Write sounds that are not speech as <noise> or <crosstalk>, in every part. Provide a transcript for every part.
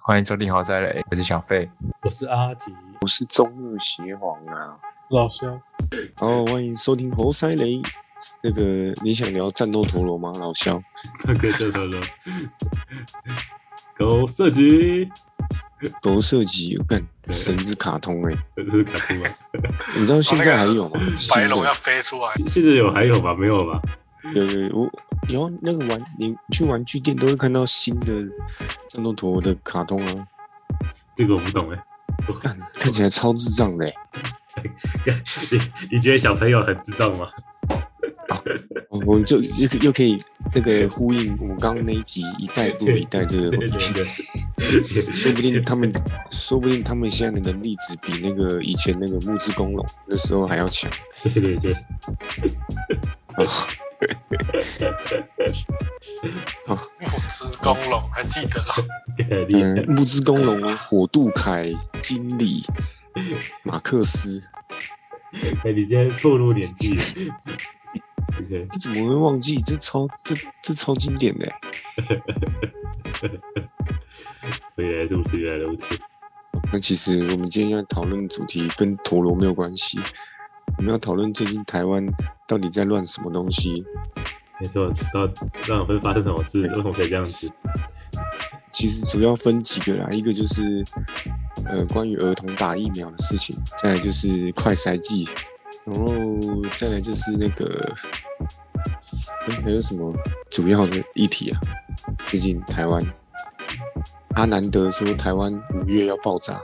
欢迎收听《豪宅雷》，我是小费。我是阿吉，是中日协皇啊。老乡，然后欢迎收听猴塞雷。那个你想聊战斗陀螺吗，老肖？对对对对，狗射击，投射击，干神之卡通哎、这是卡通吧？你知道现在还有吗？白龙新要的飞出来，现在有还有吧？没有吧？有有有我有啊那个玩，你去玩具店都会看到新的战斗陀螺的卡通啊，这个我不懂哎。干看起来超智障的、欸。你你觉得小朋友很智障吗？哦我们就又又可以那个呼应我们刚刚那一集一代不如一代这个对问题，对对，说不定他们，说不定他们现在的能力值比那个以前那个木之公龙那时候还要强。对对对， <laughs> 木之公龙还记得哦？对很厉害嗯，木之公龙啊，火渡凯、经理、马克思，哎，你今天暴露年纪了。对你怎么会忘记？这超这这超经典的欸、原来如此，原来如此。那其实我们今天要讨论的主题跟陀螺没有关系，我们要讨论最近台湾到底在乱什么东西。没错，到到底会发生什么事？为什么可以这样子？其实主要分几个啦，一个就是呃关于儿童打疫苗的事情，再来就是快筛剂，然后再来就是那个、诶还有什么主要的议题啊？最近台湾阿南德说台湾五月要爆炸，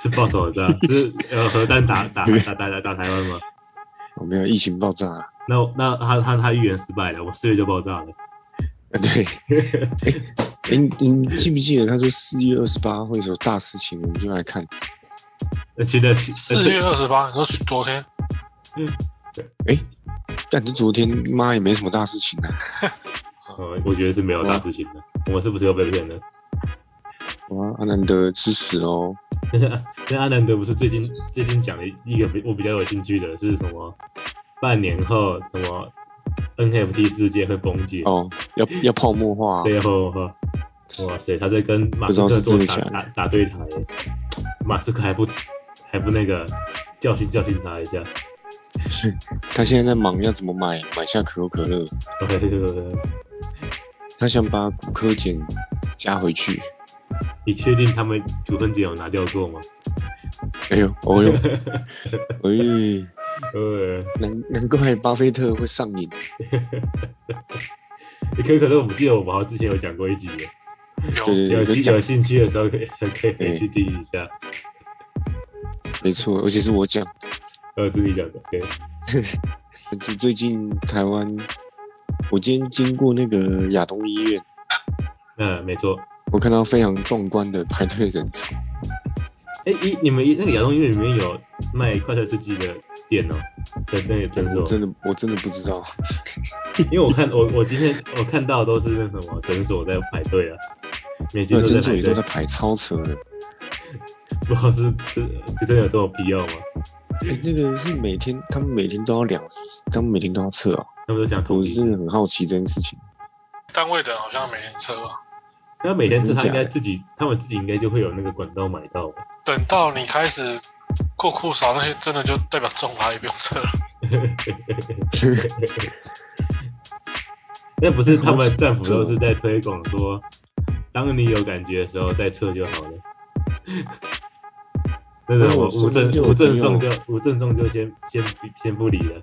是报仇是吧？是呃核弹打打打打打打台湾吗？我没有疫情爆炸啊？ <laughs> 那那他他他预言失败了，我四月就爆炸了。啊对，诶你你记不记得他说四月二十八会有什么大事情？我们就来看。而且呢，四月二十八，你说昨天但是昨天妈也没什么大事情啊。呃，我觉得是没有大事情的。我们是不是又被骗了？哇，阿南德吃屎哦！那阿南德不是最近最近讲的一个比我比较有兴趣的是什么？半年后什么 NFT 世界会崩解？哦，要要泡沫化、啊，最后哈，哇塞，他在跟马不知斯道克是做真的打假的打打对台耶，马斯克还不还不那个教训教训他一下。他现在在忙要怎么买买下可口可乐，他想把骨科碱加回去。你确定他们股份节有拿掉过吗？哎呦，<laughs> 哦呦，哎，呃，难难怪巴菲特会上瘾。可口可乐，我记得我们好像之前有讲过一集耶，对有哦有对兴对，跟讲有兴趣的时候可以可以可以哎去听一下，没错，而且是我讲。呃，自己讲的，对，这最近台湾，我今天经过那个亚东医院，嗯，没错。我看到非常壮观的排队 <laughs> 人潮。哎，一你们一那个亚东医院里面有卖快餐司机的店哦，对，那个诊所我，真的我真的不知道，因为我看我我今天我看到都是那什么诊所在排队啊，每天对，都在诊所排也都队在，排，超扯的。不知道是是是真的有这种必要吗？哎，那个是每天他们每天都要量，他们每天都要测啊。他们都想投我资。真的很好奇这件事情。单位的人好像每天车吧？那每天吃，真他应该假的自己，他们自己应该就会有那个管道买到吧？等到你开始过酷少那些，真的就代表中华也不用车了。那不是他们政府都是在推广说，当你有感觉的时候再测就好了。 <laughs> 那种我我无症身边就有无症朋状友就无症状就先先先不理了。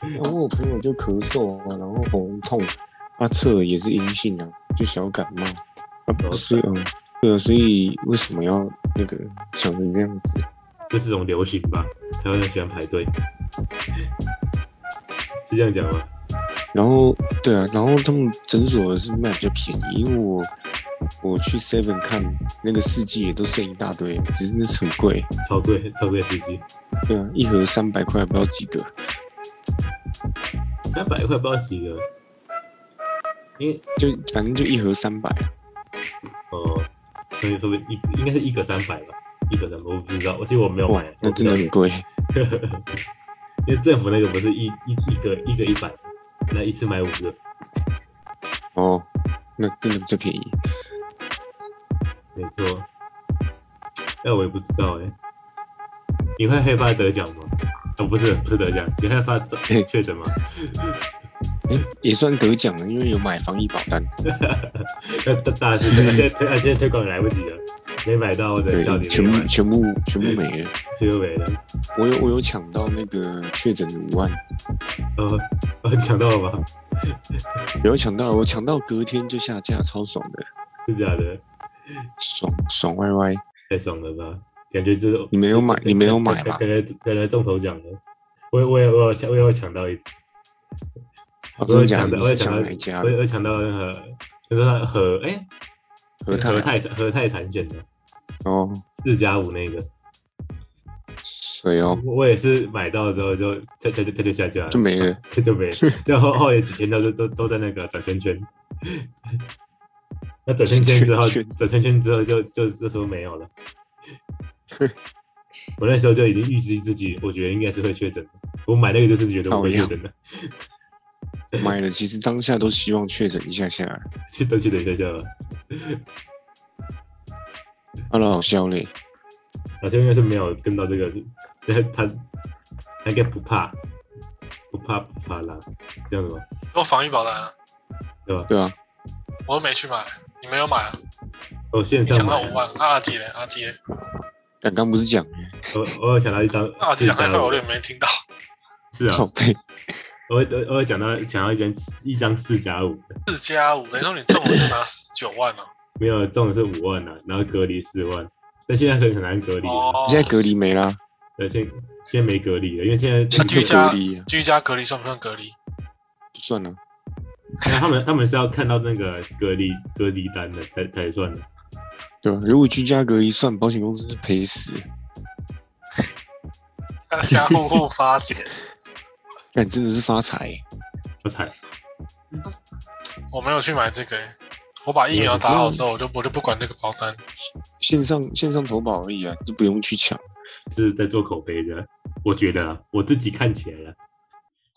然 <laughs> 后我朋友就咳嗽啊，然后喉咙痛，他测也是阴性啊，就小感冒啊，不是嗯，对啊，所以为什么要那个想成这样子？这是种流行吧？台湾人喜欢排队，是这样讲吗？然后对啊，然后他们诊所是卖比较便宜，因为我我去 Seven 看那个试剂也都剩一大堆，只是那是很贵，超贵超贵司机，对啊，一盒三百块不知道几个，三百块不知道几个。因为就反正就一盒三百，哦，所以说不定一应该是一个三百吧，一个三百我不知道，我其实我没有哇买，，那我不知真的道很贵。因为政府那个不是一一一个一个一百，那一次买五个，哦，那真的比较便宜。没错。哎，我也不知道哎、你会害怕得奖吗？哦，不是，不是得奖，你害怕得嘿确诊吗？哎、也算得奖了，因为有买防疫保单。那大大是现在推，啊现在推广来不及了，没买到或者对叫你，全没部买，全部全部没了。就没了。我有我有抢到那个确诊的五万，呃，呃抢到了吗？有抢到，我抢到隔天就下架，超爽的，是假的，爽爽歪歪。太爽了吧！感觉这种你没有买，你没有买吧感？觉感觉中头奖了。我也我也我有抢，我也有抢到一哦我真的有假抢的？到，你我有是抢抢到哪一家我？有抢到那个，就是那和哎和泰和啊泰和泰产险的哦，四加五那个，谁哦？我我也是买到之后就这这这就下架了，就没 <laughs> 了。就 <laughs> 就没了，就后后来几天都是都都在那个转圈圈。那转圈圈之后，圈圈转圈圈之后就就就说没有了。我那时候就已经预知自己，我觉得应该是会确诊的。我买那个就是觉得我会确诊的，买了，其实当下都希望确诊一下下来，去都去等一下下吧。啊，那好笑嘞。好像应该是没有跟到这个，他他他应该不怕，不怕不怕啦，这样子吗？有防疫保单啊，对吧？对啊，我又没去买，你没有买啊？我线你上抢买到啊五，万，那阿杰嘞？阿杰，但刚不是讲我我有想到一 <laughs> 张那阿杰四讲太快，加我五有，点没啊听到。是啊，靠背，我会我会讲到讲到一张一张四加五的，四加五，等于说你中了就拿九万了。没有中的是五万啊，然后隔离四万，但现在可能很难隔离了，哦，现在隔离没啦，对，现现在没隔离了，因为现在他就居家隔离啊，居家隔离算不算隔离？不算了。他们他们是要看到那个隔离隔离单的才才算的，对吧、如果居家隔离算，保险公司是赔死。大家户户发钱，但真的是发财欸、我惨，我没有去买这个、欸，我把疫苗打好之后，我就我就不管这个保单。线上线上投保而已啊，就不用去抢。是在做口碑的，我觉得啊我自己看起来啊，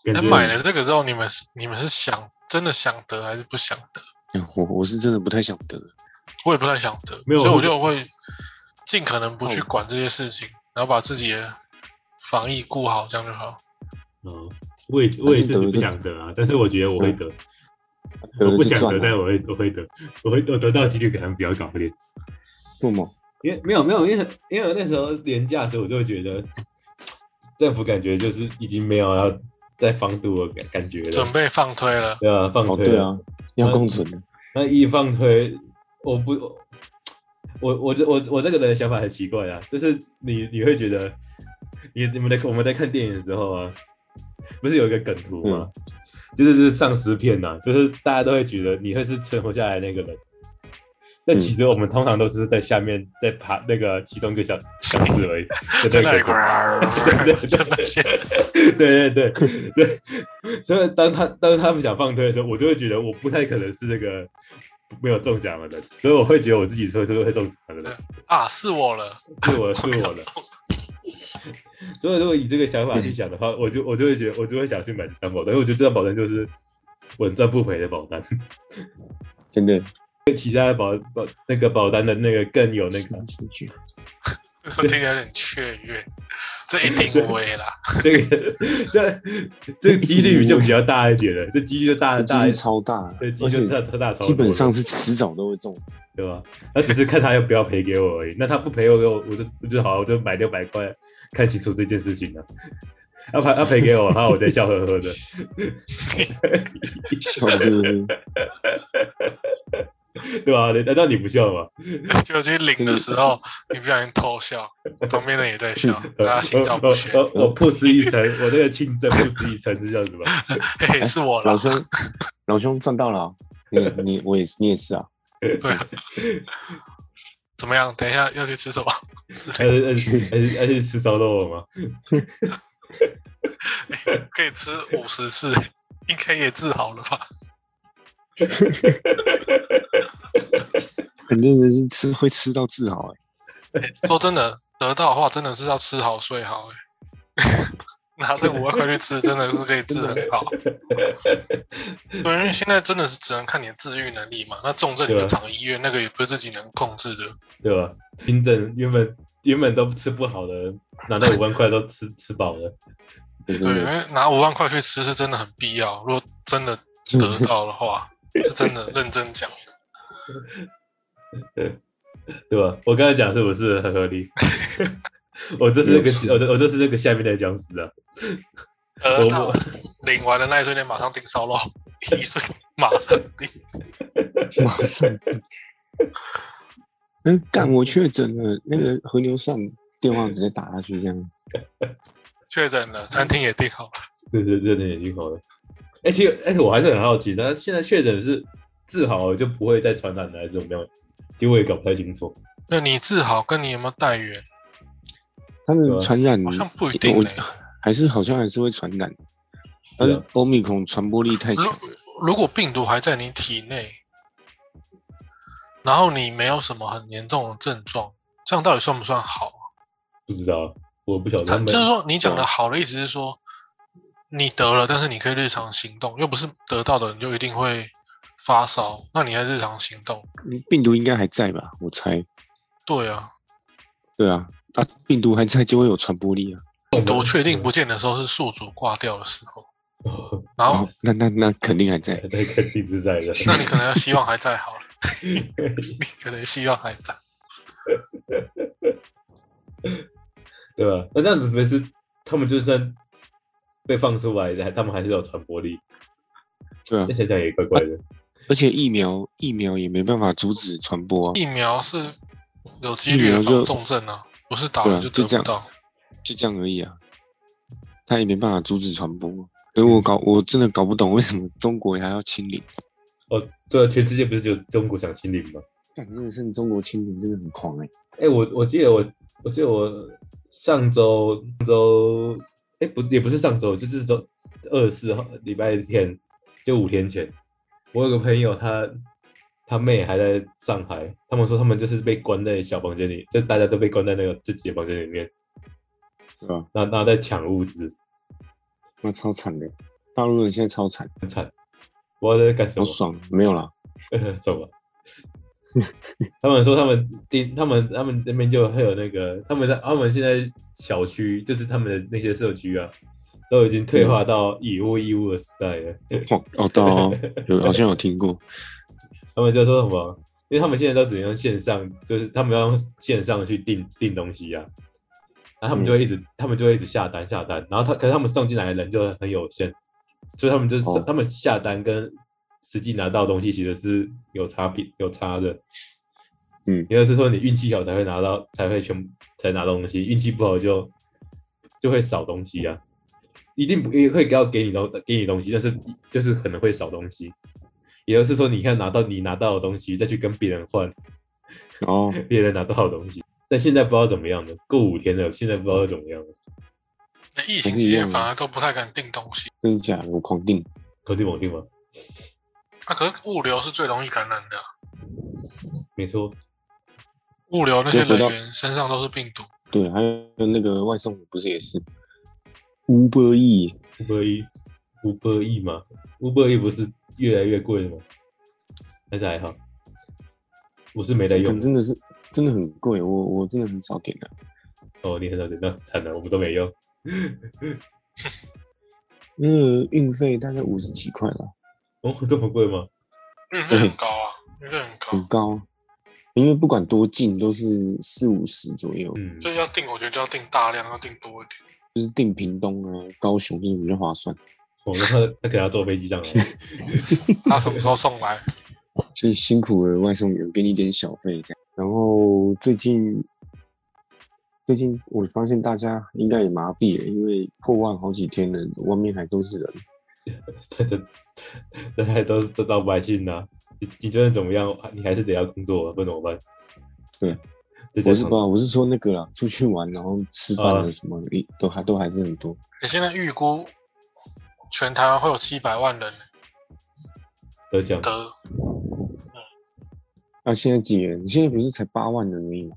感那觉买了这个之后，你们是你们是想真的想得还是不想得？哎我我是真的不太想得，我也不太想得，没有所以我我就会尽可能不去哦管这些事情，然后把自己的防疫顾好，这样就好。哦，我也我也自己不想得啊，但是我觉得我会得，嗯得我了不就想赚得，但了。我会我会得，我会我得到的几率可能比较高一点。不嘛，因为没有没有，因为因为那时候廉价的时候，我就会觉得政府感觉就是已经没有要再防堵我感感觉准了，备放推了，对啊，放哦推对了啊，要共存的。那一放推，我不，我我这我我这个人的想法很奇怪啊，就是你你会觉得，你你们在我们在看电影的时候啊，不是有一个梗图吗？就是是丧尸片呐、就是大家都会觉得你会是存活下来那个人，但其实我们通常都是在下面在爬那个其中一个小小事而已，在在那那里个梗对真的些。 <laughs> 对对对，所以 <laughs> 所以当他当他们想放推的时候，我就会觉得我不太可能是那个没有中奖的人，所以我会觉得我自己会是会中奖的人，啊，是我了，是 <laughs> 我的是我的。所以如果以这个想法去想的 <laughs> 话，我就我就会觉得我就会想去买这张保单，因为我觉得这张保单就是稳赚不赔的保单，真的，跟其他的保保那个保单的那个更有那个 <laughs> 数据我听起来有点雀跃，这一定会啦。这个这这个几率就比较大一点了，这几率就大几啊大率超大，啊对，几而率就大且大大超基多本了上是迟早都 <laughs> 会中。对吧？他只是看他要不要赔给我而已。那他不赔我给我，我就我就好，我就买六百块，看清楚这件事情了。要赔要赔给我，然后我再笑呵呵的。笑呵呵，对吧？难道你不笑吗？就去领的时候，你不小心偷笑，旁边人也在 <laughs> 笑，大家心照不宣。我我我噗嗤一声，我那个轻震噗嗤一声，这叫什么？ <laughs> 嘿嘿，是我老了， <laughs> 兄，老兄赚到了啊、你你我也是，你也是啊。对。 <laughs> 怎么样？等一下要去吃什么？还是还是还是还是吃烧肉了吗？可以吃五十次，应该也治好了吧？很多人是吃会吃到治好、欸，哎说真的，得到的话真的是要吃好睡好、欸。 <laughs> 拿这五万块去吃，真的是可以治很 <laughs> 好。对，因为现在真的是只能看你的治愈能力嘛。那重症你对就啊躺医院，那个也不是自己能控制的。对吧？平整原本原本都吃不好的，拿到五万块都吃吃饱了，嗯真对，的因为拿五万块去吃是真的很必要。如果真的得到的话，是真的认真 <laughs> 讲。对吧？我刚才讲是不是很合理？ <laughs> 我这是没有这错个我这我这是这个下面的僵尸啊！呃，我那我领完的那一瞬间马上订烧肉， <laughs> 一瞬马上订。 <laughs> 马上。 <laughs> 嗯，干我确诊了，那个和牛涮电话直接打下去，这样确诊了，餐厅也订好了。对对对，对，已经好了。哎、其实哎、我还是很好奇，他现在确诊是治好了就不会再传染了，还是怎么样？其实我也搞不太清楚。那你治好跟你有没有带源，他对啊们传染好像不一嗯定欸我呢、啊还是好像还是会传染，但是欧米孔传播力太强了，如如果病毒还在你体内，然后你没有什么很严重的症状，这样到底算不算好？不知道，我不晓得他他们就是说，你讲的好的意思是说，你得了，但是你可以日常行动，又不是得到的你就一定会发烧，那你还日常行动？病毒应该还在吧？我猜，对啊，对啊，啊，病毒还在就会有传播力啊。病毒确定不见的时候是宿主挂掉的时候，哦， <laughs> 然后哦， <laughs> 那那那肯定还在，那肯定是在的。那你可能要希望还在好了，啊你可能希望还在。对吧？那这样子不是他们就算被放出来，还他们还是有传播力，对啊那，想想也怪怪的。而且疫苗疫苗也没办法阻止传播啊，疫苗是有几率的疫苗防就重症啊，不是打对了啊就就得这不样到。就这样而已啊，它也没办法阻止传播。嗯所以我搞我真的搞不懂为什么中国还要清零，哦，对啊，全世界不是只有中国想清零吗？感真的是中国清零真的很狂哎、哎、我我记得我我记得我上周上周哎、不也不是上周，就是周二十四号礼拜天，就五天前，我有个朋友他他妹还在上海，他们说他们就是被关在小房间里，就大家都被关在那个自己的房间里面，对吧、然后然后在抢物资，那超惨的，大陆人现在超惨，我不知道在干什么。好爽，没有啦，呃， <laughs> 走吧。他们说他们第他们他们那边就会有那个，他们在他们现在小区就是他们的那些社区啊，都已经退化到以物易物的时代了。 <laughs> 哦哦，对哦，有好像有听过，他们就说什么，因为他们现在都只能用线上，就是他们要用线上去订订东西啊，然后他们就会一直、他们就会一直下单下单，然后他可是他们送进来的人就很有限，所以他们就是、哦他们下单跟实际拿到的东西其实是有差别有差的。嗯也就是说你运气好才会拿到，才会全才拿到东西，运气不好就就会少东西啊。一定不也会要给你东给你东西，但是就是可能会少东西。也就是说，你看拿到你拿到的东西，再去跟别人换，哦，别人拿到的东西。但现在不知道怎么样了，过五天了，现在不知道怎么样了，那疫情还是一期间样的啊反而都不太敢订东西，真的假的？我狂订，肯定稳定吗？啊，可是物流是最容易感染的啊，没错，物流那些又回到人员身上都是病毒。对，还有那个外送不是也是五百亿，五百一，五百一 E，嘛，五百一不是越来越贵了吗？但是还好，我是没在这用个真的是真的很贵，我我真的很少点的、啊哦，你很少点，那惨了，我们都没用。那个运费大概五十几块吧，哦，这么贵吗？运费很高啊，运费很高，很高。因为不管多近都是四五十左右，嗯，所以要订，我觉得就要订大量，要订多一点。就是订屏东啊、高雄这种比较划算。哦，那他他可能要坐飞机 <laughs> 上来。啊他什么时候送来？所以辛苦了外送员，给你一点小费这样。然后最近，最近我发现大家应该也麻痹了，因为破万好几天了，外面还都是人。这这这还都是这老百姓呐、你你觉得怎么样？啊你还是得要工作，啊不然怎么办？对，这就我是不，我是说那个啦，出去玩然后吃饭啊啊什么的，一都还都还是很多。你现在预估全台湾会有七百万人得奖得那、啊现在几人？现在不是才八万人而已吗？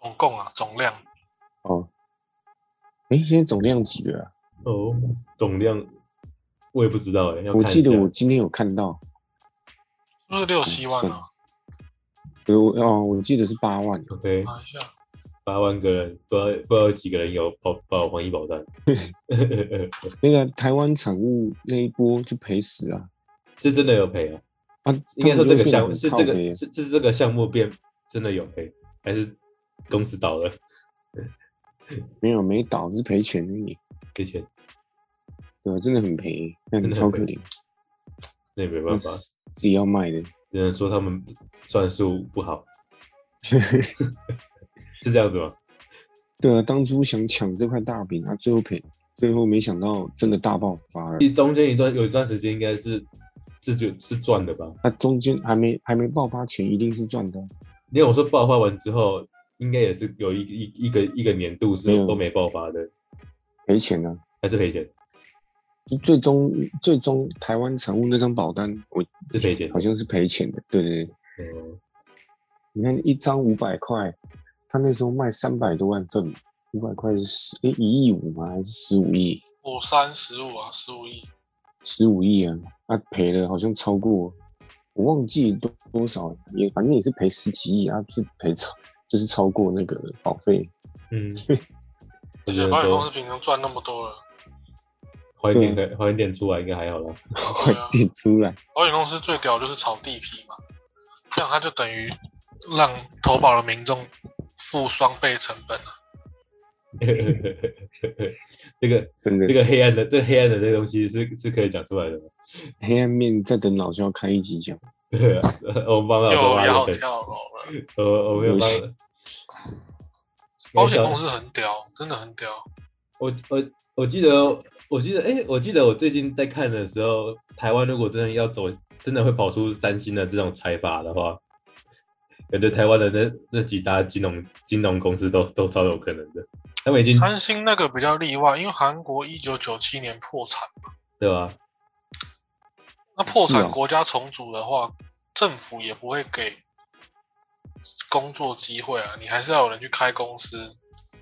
总共啊总量哦，哎，现在总量几个啊？哦，总量我也不知道哎、要看我一下记得我今天有看到，是不是六七万啊？呃我哦，我记得是八万， OK 查一下，八万个人，不知道不知道有几个人有保保防疫保 <laughs> 单， <laughs> 那个台湾产物那一波就赔死啊是真的有赔啊？啊！应该说这个项目目是这个是是这个项目变真的有赔，还是公司倒了没有没倒，是赔钱而已，赔钱？对吧？啊真的很赔，那真你的超很可怜，那也没那办法，是自己要卖的， <laughs> 只能说他们算术不好，是这样子吗？对啊，当初想抢这块大饼啊，最后赔，最后没想到真的大爆发了。其实中间一段有一段时间应该是是就是赚的吧？它、中间还没还没爆发前，一定是赚的啊。因为我说爆发完之后，应该也是有一一一个一个年度是没有都没爆发的，赔钱啊！还是赔钱，就最终最终台湾产物那张保单，我是赔钱好。像是赔钱的。对对对，嗯你看一张五百块，他那时候卖三百多万份嘛，五百块是十诶一亿五吗？还是十五亿？五三十五啊，十五亿。十五亿啊！啊赔了好像超过，我忘记多多少，也反正也是赔十几亿啊，是赔超就是超过那个保费。 <laughs> 嗯，我而觉且得保险公说司平常赚那么多了，怀念点怀念出来应该还好啦。 <laughs> 快啊 <laughs> 点出来！保险公司最屌就是炒地皮嘛，这样它就等于让投保的民众付双倍成本啊。这个真的，这个黑暗的这个黑暗的这个东西是是可以讲出来的吗？ <laughs> 黑暗面在等老肖开一集讲。对啊，我们帮老师又挖要了个跳楼了。坑，我我没有啊帮游。保险公司很屌，真的很屌。我我我记得，我记得，哎、我记得我最近在看的时候，台湾如果真的要走，真的会跑出三星的这种财阀的话，感觉台湾的那那几大金融金融公司都都超有可能的，他们已经三星那个比较例外，因为韩国一九九七年破产，对吧？那破是产啊国家重组的话，政府也不会给工作机会啊，你还是要有人去开公司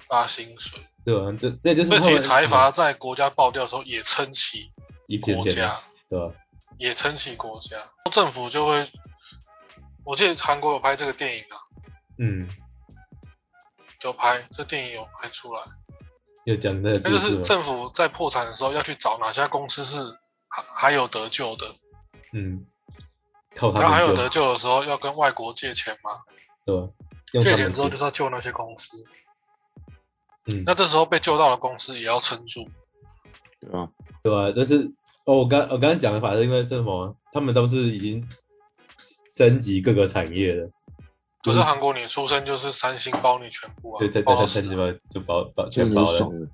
发薪水。对吧？这那就是那他些们财阀在国家爆掉的时候也撑起一啊片国天的，家，对吧？也撑起国家，政府就会。我记得韩国有拍这个电影啊，嗯，有拍这电影有拍出来。又讲那个那故就是事嘛，政府在破产的时候要去找哪家公司是还还有得救的，嗯，靠然后他还们有救得，救的时候要跟外国借钱嘛，对吧？用借他钱们之后救就是要救那些公司。嗯，那这时候被救到的公司也要撑住，对吧？对吧、但是哦，我刚我刚刚讲的法是因为是什么？他们都是已经升级各个产业了，可是韩国你出生就是三星包你全部啊所以才，才包才到死升级啊，嘛，就包包就全包很了 <laughs> 爽。了。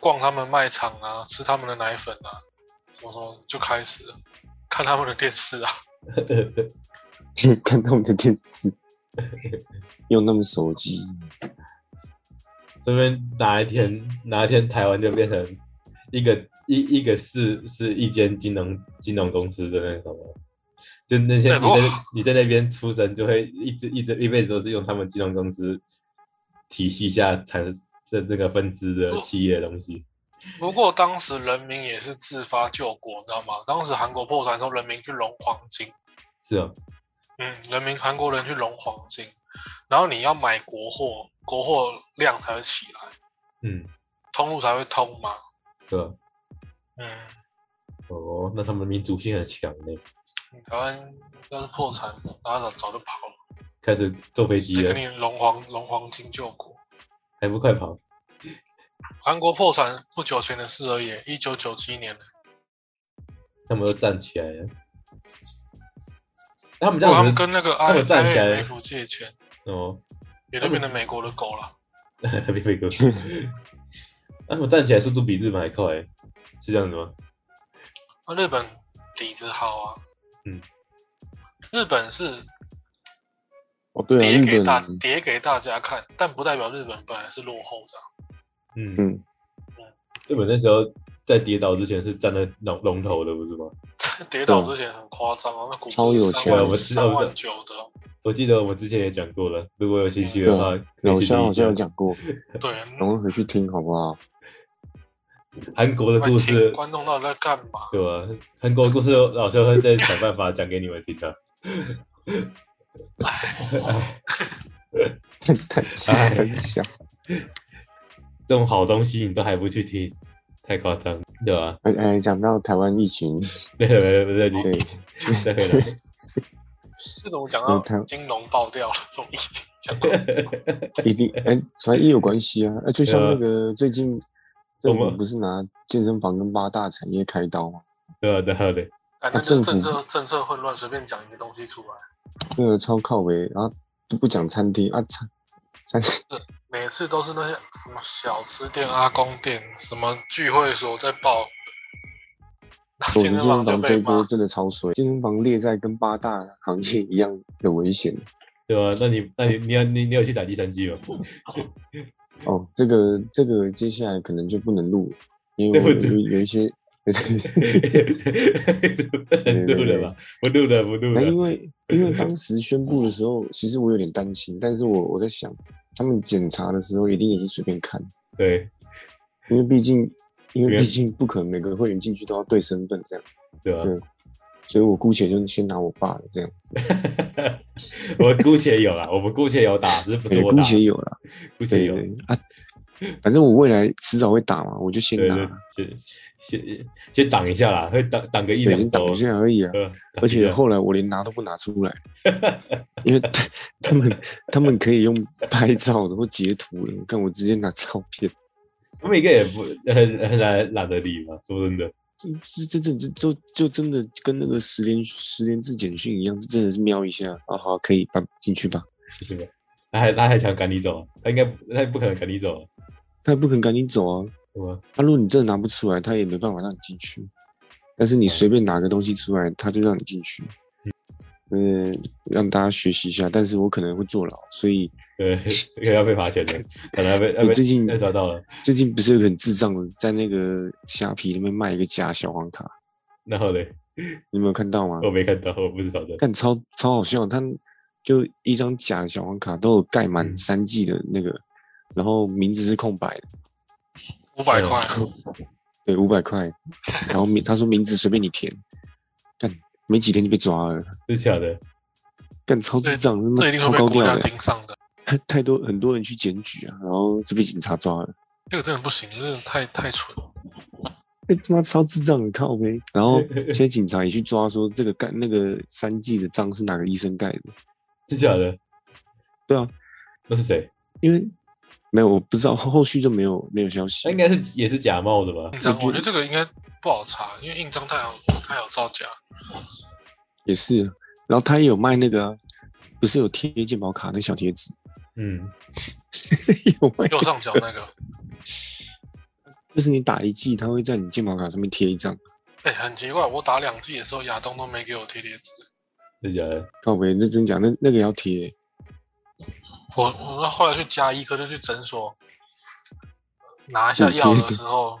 逛他们卖场啊，吃他们的奶粉啊，什么什么就开始了，看他们的电视啊， <laughs> 看他们的电 <laughs> 视，用他们手机，这边哪一天哪一天台湾就变成一个一一个市是一间金融金融公司的那什么？就那些对你不过在你在那边出生，就会一直一直一辈子都是用他们金融公司体系下产这这个分支的企业的东西。不过当时人民也是自发救国，你知道吗？当时韩国破产的时候，人民去融黄金。是啊，嗯，人民韩国人去融黄金，然后你要买国货，国货量才会起来，嗯，通路才会通嘛。对吧？嗯，哦，那他们民族性很强呢，台湾要是破产，大家早早就跑了，开始坐飞机谁了给，你融黄融黄金救国？还不快跑？韩国破产不久前的事而已，一九九七年的。他们都站起来了。他们这不过样子他们跟那个他 I 们站起来 IMF 借钱，哦，也就变成美国的狗了。别飞哥，他们站起来速度比日本还快，欸是这样子吗？那日本底子好啊，嗯，日本是哦，对啊，跌给日大本，跌给大家看，但不代表日本本来是落后的啊。嗯，嗯，日本那时候在跌倒之前是站在龙龙头的，不是吗？ <laughs> 跌倒之前很夸张啊，那股超有钱我知道我三知万道九的，我记得我们之前也讲过了，如果有兴趣的话，可以嗯老去听 <laughs> 肖好一下像有讲过，对， <laughs> 等会回去听好不好？韩国的故听事，观众到底在干嘛？对吧、韩国的故事，老师会再想办法讲给你们听的。叹叹气哎，真香。这种好东西你都还不去听，太夸张，对吧、 <laughs> 哎哎，讲到台湾疫情，没有没有没有，你对，再回来。这怎么讲嗯他到金融爆掉了？这种意思讲 <laughs> 到一定哎，反正也有关系啊。哎，就像对啊那个最近政我府们不是拿健身房跟八大产业开刀吗？对啊，对啊，对，反正哎就是政策政策混乱，随便讲一个东西出来，那个超靠围，然后都不讲餐厅啊，餐餐每次都是那些什么小吃店、阿公店、什么聚会所在爆，我健们健身身房就房这被一骂波。真的超水，健身房列在跟八大行业一样的危险对吧、那你那你你要你你有去打第三季吗？哦。这个这个接下来可能就不能录，因为我对有不起有有一些，不录了吧？不录了， <laughs> 不录那了因。为因为当时宣布的时候，其实我有点担心，但是我我在想，他们检查的时候一定也是随便看，对因为毕竟因为原毕竟不可能每个会员进去都要对身份这样，对吧、所以我姑且就先拿我爸的这样子，我姑且有啊啦，我们姑且有打，只是不是对我姑打，且有啦。姑且对有。对啊，反正我未来迟早会打嘛，我就先对拿，对，先先先挡一下啦，会挡挡个一对，两先周挡一，下而已啊。呃，挡而一且下后来我连拿都不拿出来，因为他他们他们可以用拍照的或截图的，我看我直接拿照片，他们应该也不很很懒懒得理嘛，说真的，这这这这就就真的跟那个十连十连字简讯一样，这真的是瞄一下啊，好可以吧，进去吧，是吧？他还他还想赶你走啊，他应该不他也不可能赶你走啊，他也不肯赶紧走啊，对吗？他、如果你真的拿不出来，他也没办法让你进去。但是你随便拿个东西出来，他就让你进去。嗯，让大家学习一下，但是我可能会坐牢，所以对， <laughs> 可能要被罚钱的，可能要被要我被最近被抓到了。最近不是有个很智障的在那个虾皮那边卖一个假小黄卡，然后嘞，你有没有看到吗？哦我没看到，我不知道的。看超超好笑，他就一张假的小黄卡都有盖满嗯三 G 的那个，然后名字是空白的，五哎百嗯块，对，五百块，然后名他说名字随便你填，干没几天就被抓了，是假的，干超智障，他这妈一定超会高被国调家的，盯上的。太多很多人去检举啊，然后就被警察抓了，这个真的不行，真的太太蠢了。那他妈超智障的靠呗，然 <laughs> 后现在警察也去抓说这个盖那个三 G 的章是哪个医生盖的，是假的，对啊，那是谁？因为没有我不知道后后续就没有没有消息他，应该是也是假冒的吧？印章，我觉我觉得得这个应该不好查，因为印章太好太好造假。也是，然后他也有卖那个啊、不是有贴健保卡那小贴纸， <laughs> 嗯，有卖，右上角那个，就是你打一剂，他会在你健保卡上面贴一张。哎、很奇怪，我打两季的时候，亚东都没给我贴贴纸。是假的。靠北，认真讲，那那个要贴，我我那后来去加医科，就去诊所拿一下有贴药的纸时候，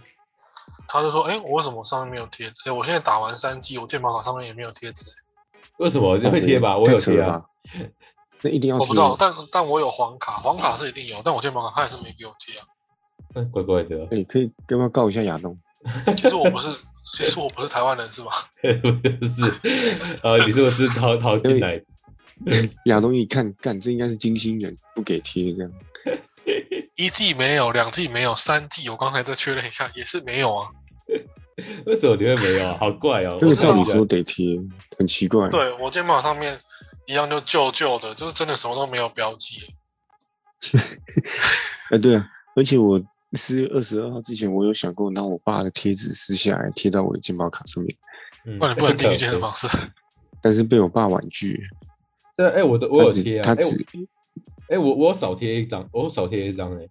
他就说：“哎、我为什么上面没有贴纸？哎、我现在打完三剂，我健保卡上面也没有贴纸。为什么靠会北贴吧？我太有扯贴了啊。吧，那一定要我贴。不知道，但但我有黄卡，黄卡是一定有，但我健保卡他也是没给我贴啊。那怪怪的 <laughs> 啊，哎、可以要不要告一下亚东？其实我不是，其实我不是台湾人是吧？不是？呃，你是不是逃逃进来？亚东一看，干，这应该是金星人，不给贴这样。一季没有，两季没有，三季我刚才再确认一下，也是没有啊。为什么你会没有啊？好怪哦！那我个知道照理是说得贴，很奇怪。对我肩膀上面一样就旧旧的，就是真的什么都没有标记。哎、对啊，而且我四月二十二号之前，我有想过拿我爸的贴纸撕下来贴到我的健保卡上面，嗯不然你不能 <laughs> 进去健太身。扯了房嗯是？但是被我爸婉拒。对，哎，我的我他有只贴啊。他哎只我哎，我我有少贴一张，我有少贴一张哎。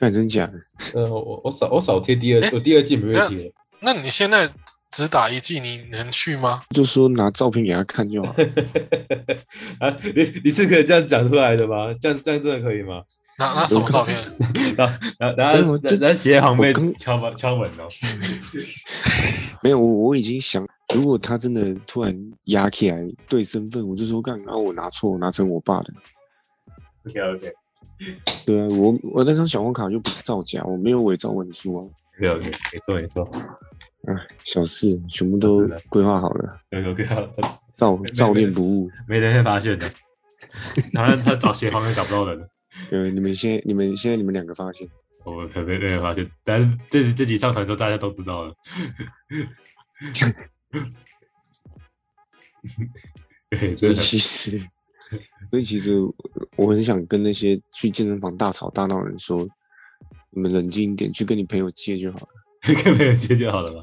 干真假的？呃，我我少我少贴第二，哎我第二季没有等贴。 <laughs> <laughs> 那你现在只打一季，你能去吗？就说拿照片给他看就好。啊，你你是可以这样讲出来的吗？这样这样真的可以吗？拿拿什么照片？然后然后没然有后这然后鞋行被我刚敲门敲门哦。 <laughs> 没有，我我已经想，如果他真的突然压起来对身份，我就说干，然、后我拿错，我拿成我爸的。 OK OK， <laughs> 对啊，我我那张小黄卡就不是造假，我没有伪造文书啊。 OK OK，没错没错小事全部都是的规划好了， ，OK OK，好，照没照没练不误。没人会发现的。然后他找斜方向找不到人，呃，你们现在你们现在你们两个发现，我们可能没人发现。但是这集这集上传之后，大家都知道 <laughs> 了。 <laughs> 对，真 <laughs> 所以的其实，所以其实我很想跟那些去健身房大吵大闹的人说，你们冷静一点，去跟你朋友借就好了。跟朋友借就好了吧？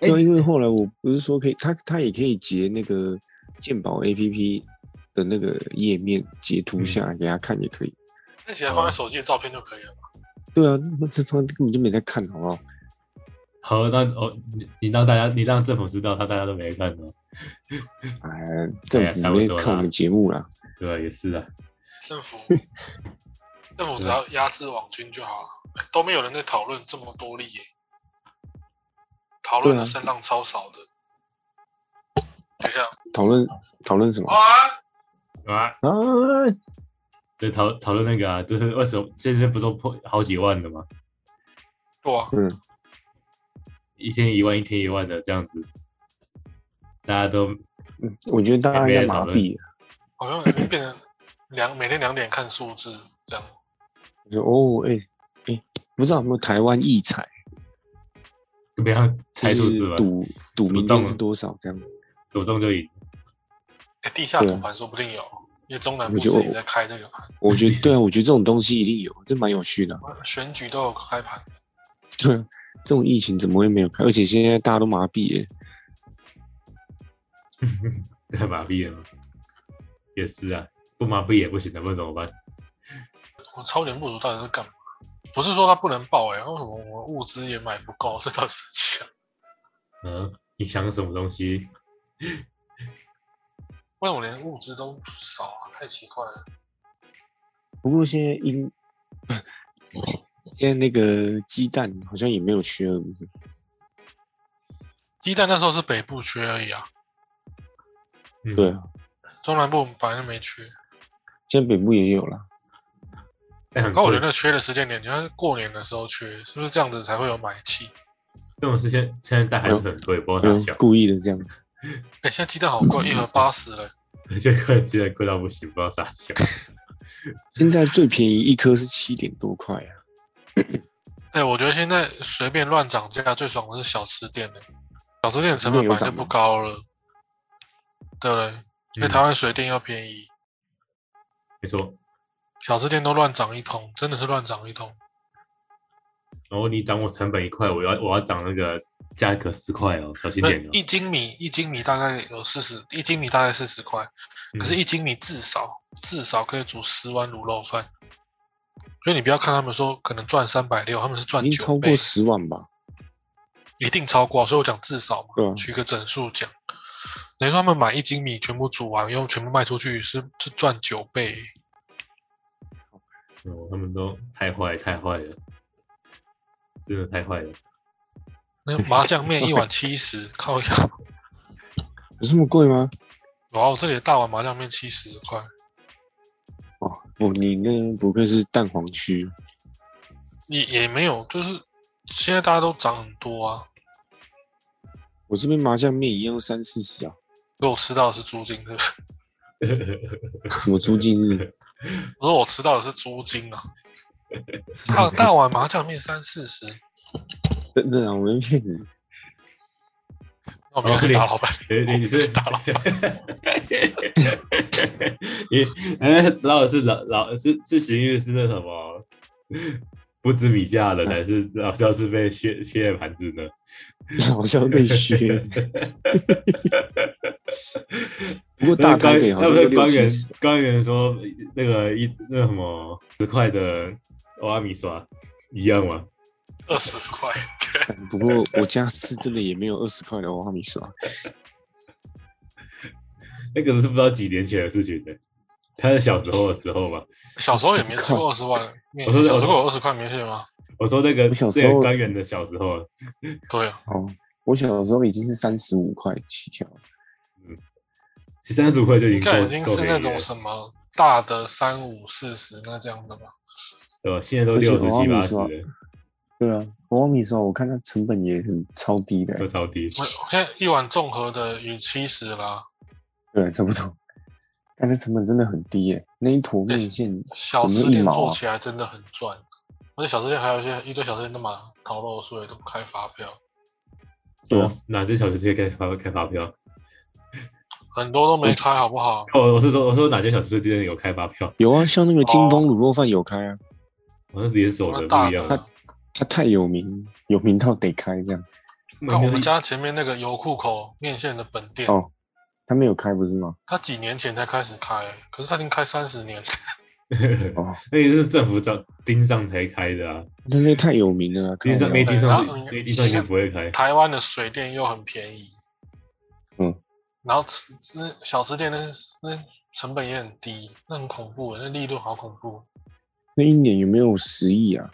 哎对啊，因为后来我不是说可以，他他也可以截那个健保 A P P 的那个页面截图嗯下来给他看也可以。那起来放在手机的照片就可以了嘛。对啊，那这他根本就没在看，好不好？好，那哦，你你让大家，你让政府知道，他大家都没看到，哎，政呀府差不没在多看我啦们节目啦。对吧？也是啊，<laughs> 政府政府啊只要压制网军就好了，哎都没有人在讨论这么多例耶，讨论对啊的声浪超少的。等一下，讨论讨论什么啊？啊，啊，就讨讨论那个啊，就是为什么现在不都破好几万的吗？对啊，嗯，一天一万，一天一万的这样子，大家都嗯我觉得大家哎没应该人麻讨论痹了。好像已经变成两每天两点看数字这样。说哦，哎、哎、不知道有没有台湾异彩，不要就猜数字是吧，赌赌明中天是了多少这样。赌中就赢。哎，地下对啊赌盘说不定有，因为中南部我觉得自己我在开这个盘，我觉得对啊，我觉得这种东西一定有，这蛮有趣的啊。选举都有开盘。对啊，这种疫情怎么会没有开？而且现在大家都麻痹了，这麻痹人吗？也是啊，不麻痹也不行的，不然怎么办？我超前部署到底是干嘛？不是说它不能报哎、为什么我们物资也买不够？这到底是想？嗯，你想什么东西？为什么连物资都少啊？太奇怪了。不过现在因现在那个鸡蛋好像也没有缺了，不是鸡蛋那时候是北部缺而已啊，嗯、对，啊，中南部本来就没缺。现在北部也有了。但嗯很可我觉贵。得缺的时间点，就是过年的时候缺，是不是这样子才会有买气？这种事现现在带孩子很贵，不知道嗯哪小，， <laughs> 故意的这样，哎、现在鸡蛋好贵，一盒八十嘞。现在贵现在贵到不行，不知道啥小。现在最便宜一颗是七点多块啊，哎、我觉得现在随便乱涨价最爽的是小吃店呢、小吃店的成本本来就不高了，对不对？所嗯以台湾水电要便宜，没错，小吃店都乱涨一通，真的是乱涨一通。然后你涨我成本一块，我要我要涨那个价格十块哦，小心那点哦。一斤米，一斤米大概有四十，一斤米大概四十块，嗯嗯可是，一斤米至少至少可以煮十碗卤肉饭。所以你不要看他们说可能赚三百六，他们是赚已经九超倍过，十万吧？一定超过啊。所以我讲至少嘛，对啊取个整数讲，等于说他们买一斤米全部煮完，又全部卖出去是是赚九倍。嗯、哦他们都太坏太坏了，真的太坏 <laughs> 了。那麻酱面一碗七十，靠呀！有这么贵吗？哇，我哦这里的大碗麻酱面七十块，哦，哦，你那不愧是蛋黄区，也也没有，就是现在大家都涨很多啊。我这边麻酱面一样三四十啊，所以我吃到的是猪筋，对不对？什么租金日我说我吃到的是猪筋啊！大大碗麻酱面三四十，真的啊，我没骗你，那我们要去打老板。你你我是去打老板， <laughs> 你哎，知道的是老老是是荀彧是那什么不知米价嗯的，还是老像是被削削了盘子呢？好像被削。 <laughs> 不过大官台北好那不是像都六官七员十，官员说那个一那什么十块的欧阿米刷一样吗？二十块，不过我家吃真的也没有二十块的欧哈米刷，那个是不知道几年前的事情的，他是小时候的时候吧。小时候也没吃过二十块面我说，小时候有二十块面线吗？我说那个我小时这个候官员的小时候，对啊，哦，我小时候已经是三十五块起跳了，其实三十五块就已经这够样已经够是便宜那了种什么大的三五四十那这样的吧？对吧？现在都而且六十我七八要你十说了，对啊，我忘米烧，我看它成本也很超低的、都超低。我我现在一碗综合的也七十啦，对，差不多。但那成本真的很低耶、那一坨面线，小有没有吃一店毛做啊起来真的很赚，而且小吃店还有一些一堆小吃店都买逃漏税，都不开发票，对啊，哪只小吃店开发开发票？很多都没开，好不好？哦，我是说，我说哪间小吃店有开发票？有啊，像那个金丰卤肉饭有开啊，好像是连锁的那不大一样。的那，它太有名，有名到得开这样。那看我应该们是家前面那个油库口面线的本店，哦，它没有开不是吗？它几年前才开始开，可是它已经开三十年。哦，那也是 <laughs> 政府长盯上才开的啊，那那太有名了啊，盯上看没了盯然上后你没盯上应该不会开。台湾的水电又很便宜，嗯，然后吃吃小吃店的那成本也很低，那很恐怖耶，那利润好恐怖，那一年有没有十亿啊？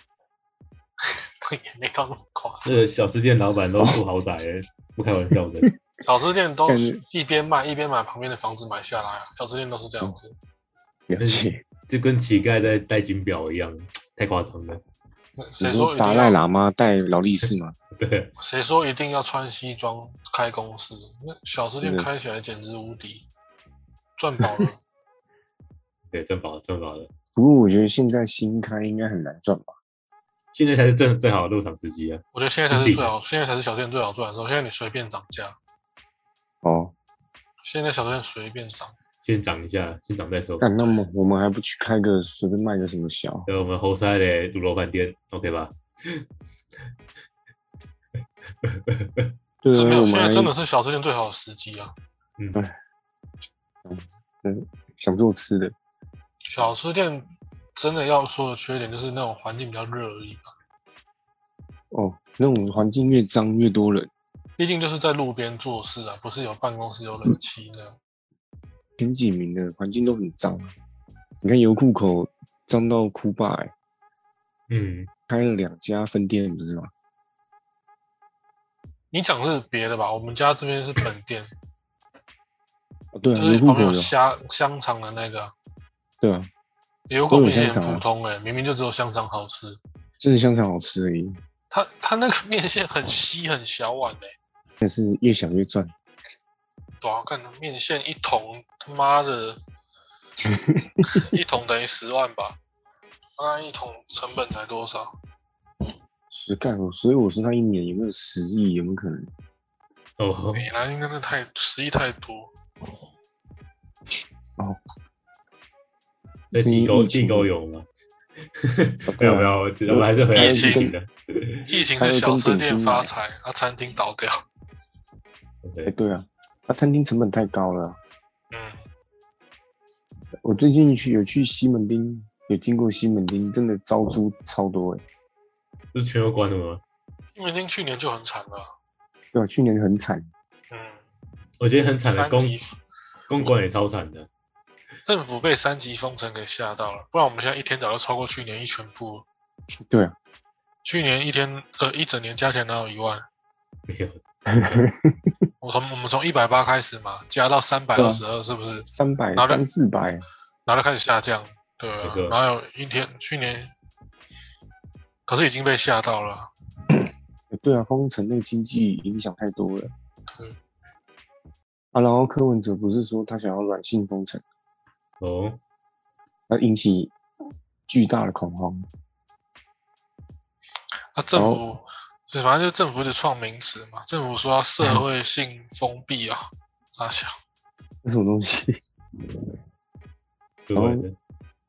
也没到那么夸那张。个小吃店老板都不好 <laughs> 歹、欸，不开玩笑的。小吃店都感觉一边卖一边把旁边的房子买下来啊，小吃店都是这样子。了解，就跟乞丐在戴金表一样，太夸张了。那谁哦你说说一达定赖要喇嘛带劳力士嘛？对，谁说一定要穿西装开公司？那小吃店真的开起来简直无敌，赚饱 <laughs> 了。对，正宝正宝的，不过我觉得现在新开应该很难赚吧？现在才是正最好的入场时机啊！我觉得现在才无敌是最好，现在才是小吃店最好赚的时候。现在你随便涨价，哦，现在小吃店随便涨。先涨一下，先涨再说。但那么我们还不去开个随便卖个什么小？对，我们侯赛的卤肉饭店，OK 吧？对这没啊，有，我现们在真的还是小吃店最好的时机啊！嗯，想做吃的，小吃店真的要说的缺点就是那种环境比较热而已嘛，哦，那种环境越脏越多人。毕竟就是在路边做事啊，不是有办公室有冷气那样。前几名的环境都很脏，你看油库口脏到哭吧、欸，嗯，开了两家分店不是吗？你讲的是别的吧？我们家这边是本店，哦对就啊，是油库旁边口有，有虾香肠的那个，对啊，有都口有面线香肠啊很普通哎、明明就只有香肠好吃。真的香肠好吃而已，它它那个面线很稀很小碗哎、但是越想越赚。对啊，看面线一桶，他妈 <laughs> 的，一桶等于十万吧？那一桶成本才多少？实干哦，所以我说他一年有没有十亿，有没有可能？哦，美兰应该是太十亿太多，在地沟疫情地沟油吗？哦没对啊有没有，我我们还是回来疫事情情的。疫情还是有小跟吃点店心发买财，啊餐厅倒掉。哎、 OK，对啊，他餐厅成本太高了啊。嗯，我最近去有去西门町，有经过西门町，真的招租超多哎、不是全都关了吗？因为已经去年就很惨了。对啊，去年很惨，嗯，我觉得很惨的，三公级公馆也超惨的。政府被三级封城给吓到了，不然我们现在一天早就超过去年一全部了。对啊，去年一天呃一整年加起来哪有一万？没有，我从我们从一百八开始嘛，加到三百对啊二十二，是不是？三百拿了三四百，然后就开始下降，对啊没错，然后有一天去年，可是已经被吓到了，对啊，封城那个经济影响太多了对，啊。然后柯文哲不是说他想要软性封城，哦，那引起巨大的恐慌。啊，政然后府就是反正就政府就创名词嘛，政府说要社嗯会性封闭啊，傻笑，这什么东西？哦对不对？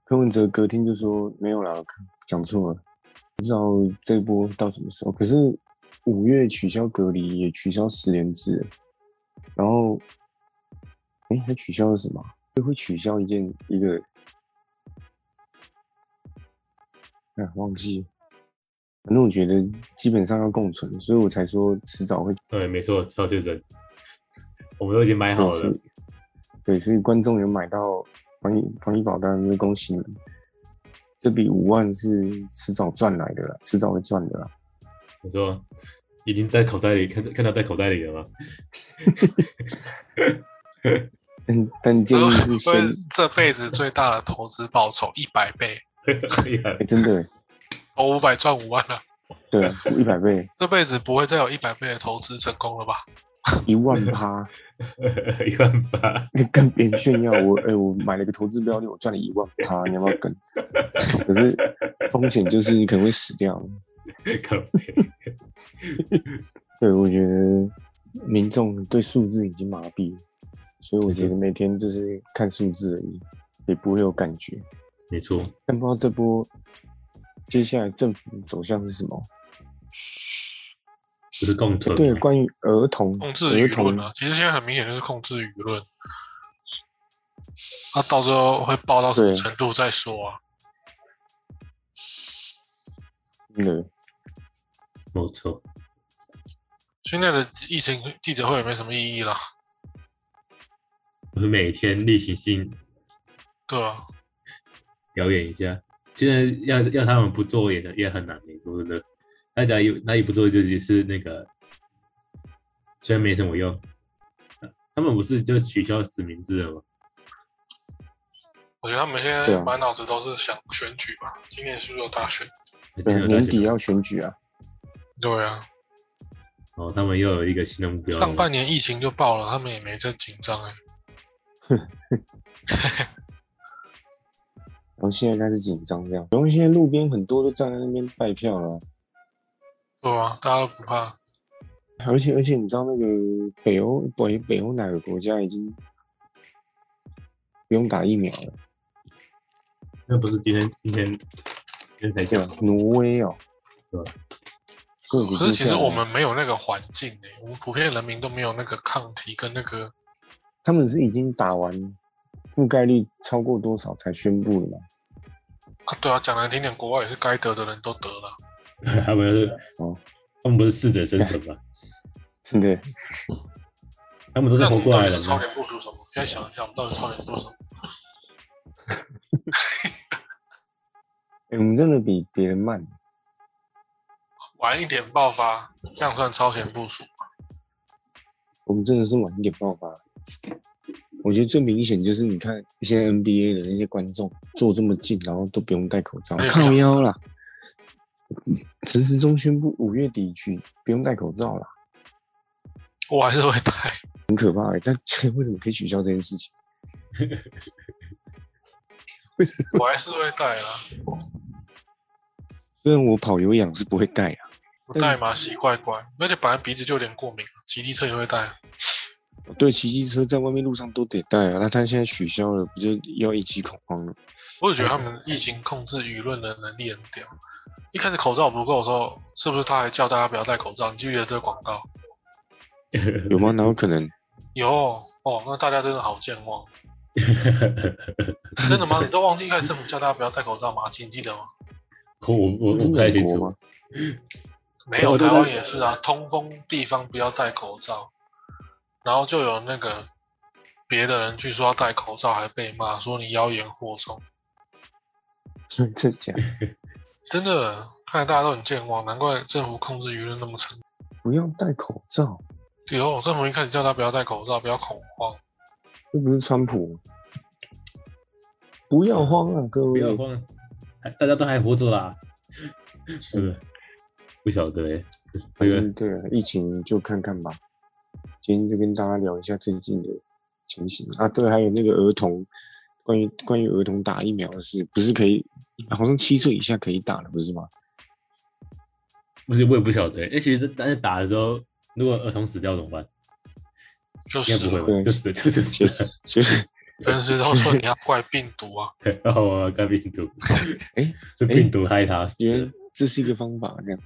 柯文哲隔天就说没有啦，讲错了，不知道这波到什么时候。可是五月取消隔离，也取消十连制了，然后，哎、还取消了什么？就会取消一件一个，哎、忘记了。反正我觉得基本上要共存，所以我才说迟早会对，没错，超确诊，我们都已经买好对，了所。以对，所以观众有买到防疫防疫保单，就恭喜你们！这笔五万是迟早赚来的啦，迟早会赚的啦。我说已经在口袋里看看到在口袋里了吗？ <laughs> 但但建议 <laughs> 是这先，会这辈子最大的投资报酬一百倍，哦厉害哎、，真的欸、投五百赚五万了、对，啊一百倍，这辈子不会再有一百倍的投资成功了吧？一万趴， <laughs> 一万八， <laughs> 那跟别人炫耀我，哎、我买了个投资标的，我赚了一万趴，你要不要跟？可是风险就是你可能会死掉。靠北对，我觉得民众对数字已经麻痹了，所以我嗯觉得每天就是看数字而已，也不会有感觉。没错，但不知道这波接下来政府走向是什么？就是共存。对，关于儿童控制儿舆论童啊，其实现在很明显就是控制舆论，那、到时候会爆到什么对程度再说啊。的没错，现在的疫情记者会也没什么意义了，我们每天例行性对啊，表演一下。现在要要他们不做也也很难，你说真的。大家有那也不做，就也是那个，虽然没什么用，他们不是就取消实名制了吗？我觉得他们现对在啊满脑子都是想选举吧，今年是不是有大选？今天对有大年选底要选举啊，对啊，哦，他们又有一个新的目标了。上半年疫情就爆了，他们也没在紧张哎、然后现在开始紧张这样，然后现在路边很多都站在那边拜票了啊、对啊，大家都不怕，而且而且你知道那个北欧北北欧哪个国家已经不用打疫苗了？那不是今天今天今天才对讲吧？挪威哦，对所以可是其实我们没有那个环境哎、我们普遍人民都没有那个抗体跟那个他们是已经打完覆盖率超过多少才宣布的嘛？啊，对啊，讲难听点，国外也是该得的人都得了，他们是，哦他们不是适者生存吗？对不对？他们都是那活我们过到来底的是超前部署什么？现在想一下，我们到底超前部署什么？哎我们真的比别人慢，晚一点爆发，这样算超前部署吗？我们真的是晚一点爆发。我觉得最明显就是你看一些 NBA 的那些观众坐这么近，然后都不用戴口罩，对靠腰啦。陈时中宣布五月底去不用戴口罩啦，我还是会带，很可怕、欸。但为什么可以取消这件事情？我还是会带啦， <laughs> 虽然我跑有氧是不会戴啊，不带嘛奇怪怪，而且本来鼻子就有点过敏，骑机车也会带，啊我对，骑机车在外面路上都得戴啊。那他现在取消了，不就要一起恐慌了？我也觉得他们疫情控制舆论的能力很屌。一开始口罩不够的时候，是不是他还叫大家不要戴口罩？你记不记得这个广告？有嗯吗？哪有可能？有哦，那大家真的好健忘，真的吗？你都忘记一开始政府叫大家不要戴口罩吗？你记得吗？我我我是不太美清国楚吗，？ <laughs> 没有，我觉台得湾也是啊，通风地方不要戴口罩，然后就有那个别的人去说要戴口罩，还被骂说你妖言惑众，真假？真的，看来大家都很健忘，难怪政府控制舆论那么成功。不要戴口罩，以后政府一开始叫他不要戴口罩，不要恐慌，这不是川普吗？不要慌啊，各不位！要慌，还大家都还活着啦，是不是？不晓得哎，那个嗯，对啊，疫情就看看吧。今天就跟大家聊一下最近的情形啊，对，还有那个儿童，关于关于儿童打疫苗的事，不是可以，好像七岁以下可以打了，不是吗？ <laughs> 不是我也不晓得欸。那其实但是打的时候，如果儿童死掉怎么办？就应是该不会吧？对就死 <laughs> 就就死了。所以陈时中说你要怪病毒啊， <laughs> 然后哦我要干病 <laughs> 毒，哎是病毒害他死原的来。这是一个方法，这样，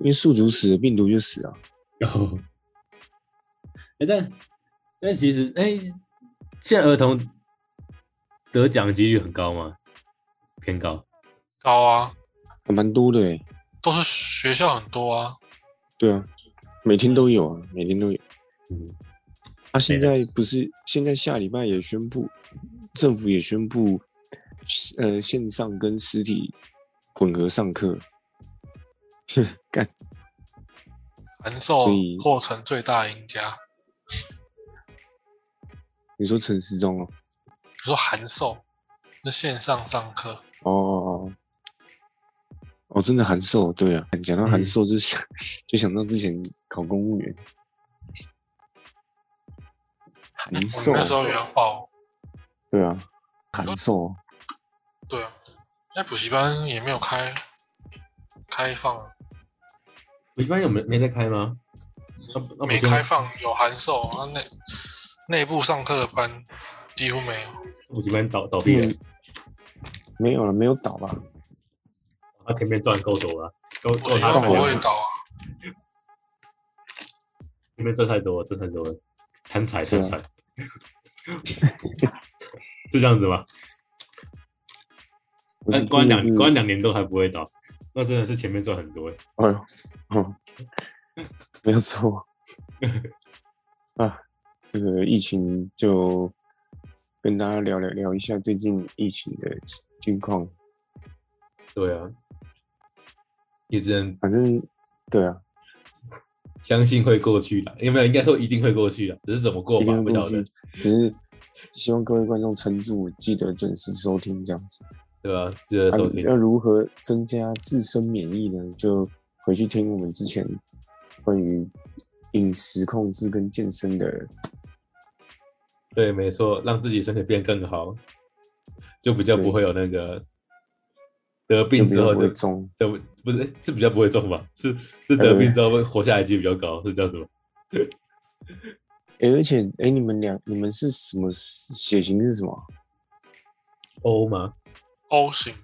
因为宿主死了，病毒就死啊。然后，哎，哦但但其实，哎，现在儿童得奖几率很高吗？偏高。高啊，还蛮多的哎、都是学校很多啊，对啊，每天都有啊，每天都有。嗯，啊，现对在不是现在下礼拜也宣布，政府也宣布，呃，线上跟实体混合上课。干，函授所以获成最大赢家。你说陈时中哦？比如说函授，就线上上课，哦哦哦，哦，真的函授，对啊，讲到函嗯授就想、就想到之前考公务员，函授我，那时候也要报，对啊，函授，对啊，那补习班也没有开开放，补习班有没没在开吗？那那没不就开放有函授，啊那内内部上课的班几乎没有。补习班倒倒闭了嗯，，没有了，没有倒吧？他前面赚够多了，够够我他他赚不多会哦了，倒啊，前面赚太多了，赚太多了，贪财贪财，是这样子吗？我那是关真的两是关两年都还不会倒，那真的是前面赚很多欸。哎呦，哦，没 <laughs> 有错啊。这个疫情就跟大家聊聊聊一下最近疫情的近况。对啊，也只能反正对啊，相信会过去的，有没有？应该说一定会过去的，只是怎么过一吧，定不会晓过得去，，只是希望各位观众撑住，记得准时收听这样子。对吧、记得啊收听要。如何增加自身免疫呢？就回去听我们之前关于饮食控制跟健身的对，没错，让自己身体变更好，就比较不会有那个得病之后会就中。就不是是比较不会中吧？是是对得病之后会活下来几率比较高，是这样子吗？哎、而且哎、诶你们俩你们是什么血型是什么啊？欧吗？ O 型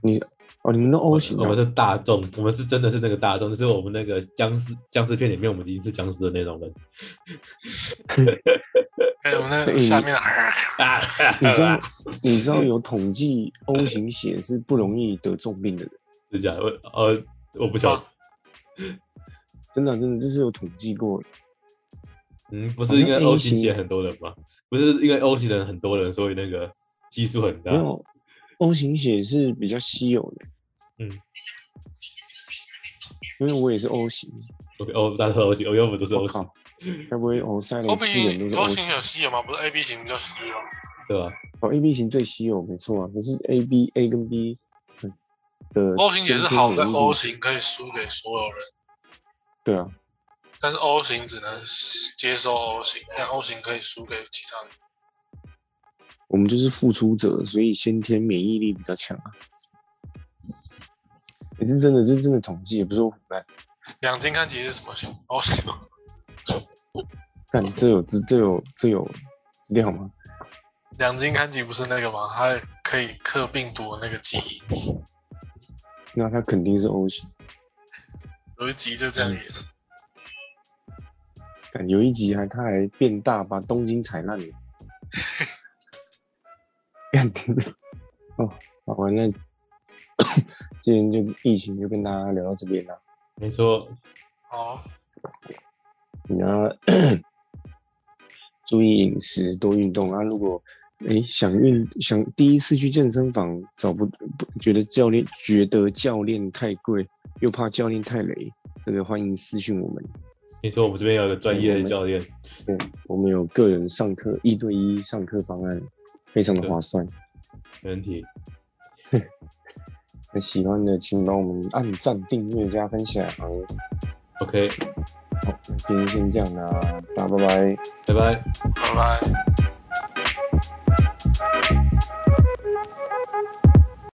哦，你们都 O 型我的们是大众，我们是真的是那个大众，就是我们那个僵尸僵尸片里面我们已经是僵尸的那种人哎、我们哎那你下面的 <laughs> 啊！你知道你知道有统计 O 型血是不容易得重病的人， <laughs> 是这样，我呃我不晓得，真的啊真的这是有统计过的。嗯，不好是像因为 A O 型型血很多人吗？不是因为 O 型人很多人，所以那个基数很大没。有 O 型血是比较稀有的。嗯，因为我也是 O 型， OK，哦，大家都 O 型，我要不都是 O 我型靠，，该不会我塞 O 了四人都型是 O O 型型？有稀有吗？不是 A B 型比较稀有。对吧？哦，A B 型最稀有，没错啊。可是 A B A 跟 B 嗯的 O 型也是先天好在免疫 O 力型可以输给所有人，对啊，但是 O 型只能接受 O 型，但 O 型可以输给其他人。我们就是付出者，所以先天免疫力比较强啊。欸、这真的，这真的统计，也不是我胡乱两金看其实是什么型？O 型。 <laughs> 看，这有这这有这有资料吗？两金看吉不是那个吗？它可以克病毒的那个基因，那他肯定是 O 型。有一集就这样演。看有一集还他还变大，把东京踩烂了。干天哪哦，好吧，那 <coughs> 今天就疫情就跟大家聊到这边啦。没错，哦，你要 <coughs> 注意饮食，多运动啊。如果诶想运想第一次去健身房找不不觉得教练觉得教练太贵，又怕教练太雷，这个欢迎私讯我们。没错，我们这边有个专业的教练，对我们有个人上课一对一上课方案，非常的划算。没问题。那喜欢的请帮我们按赞、订阅、加分享。好， OK，那今天先这样啦、大家拜拜。拜拜。拜拜。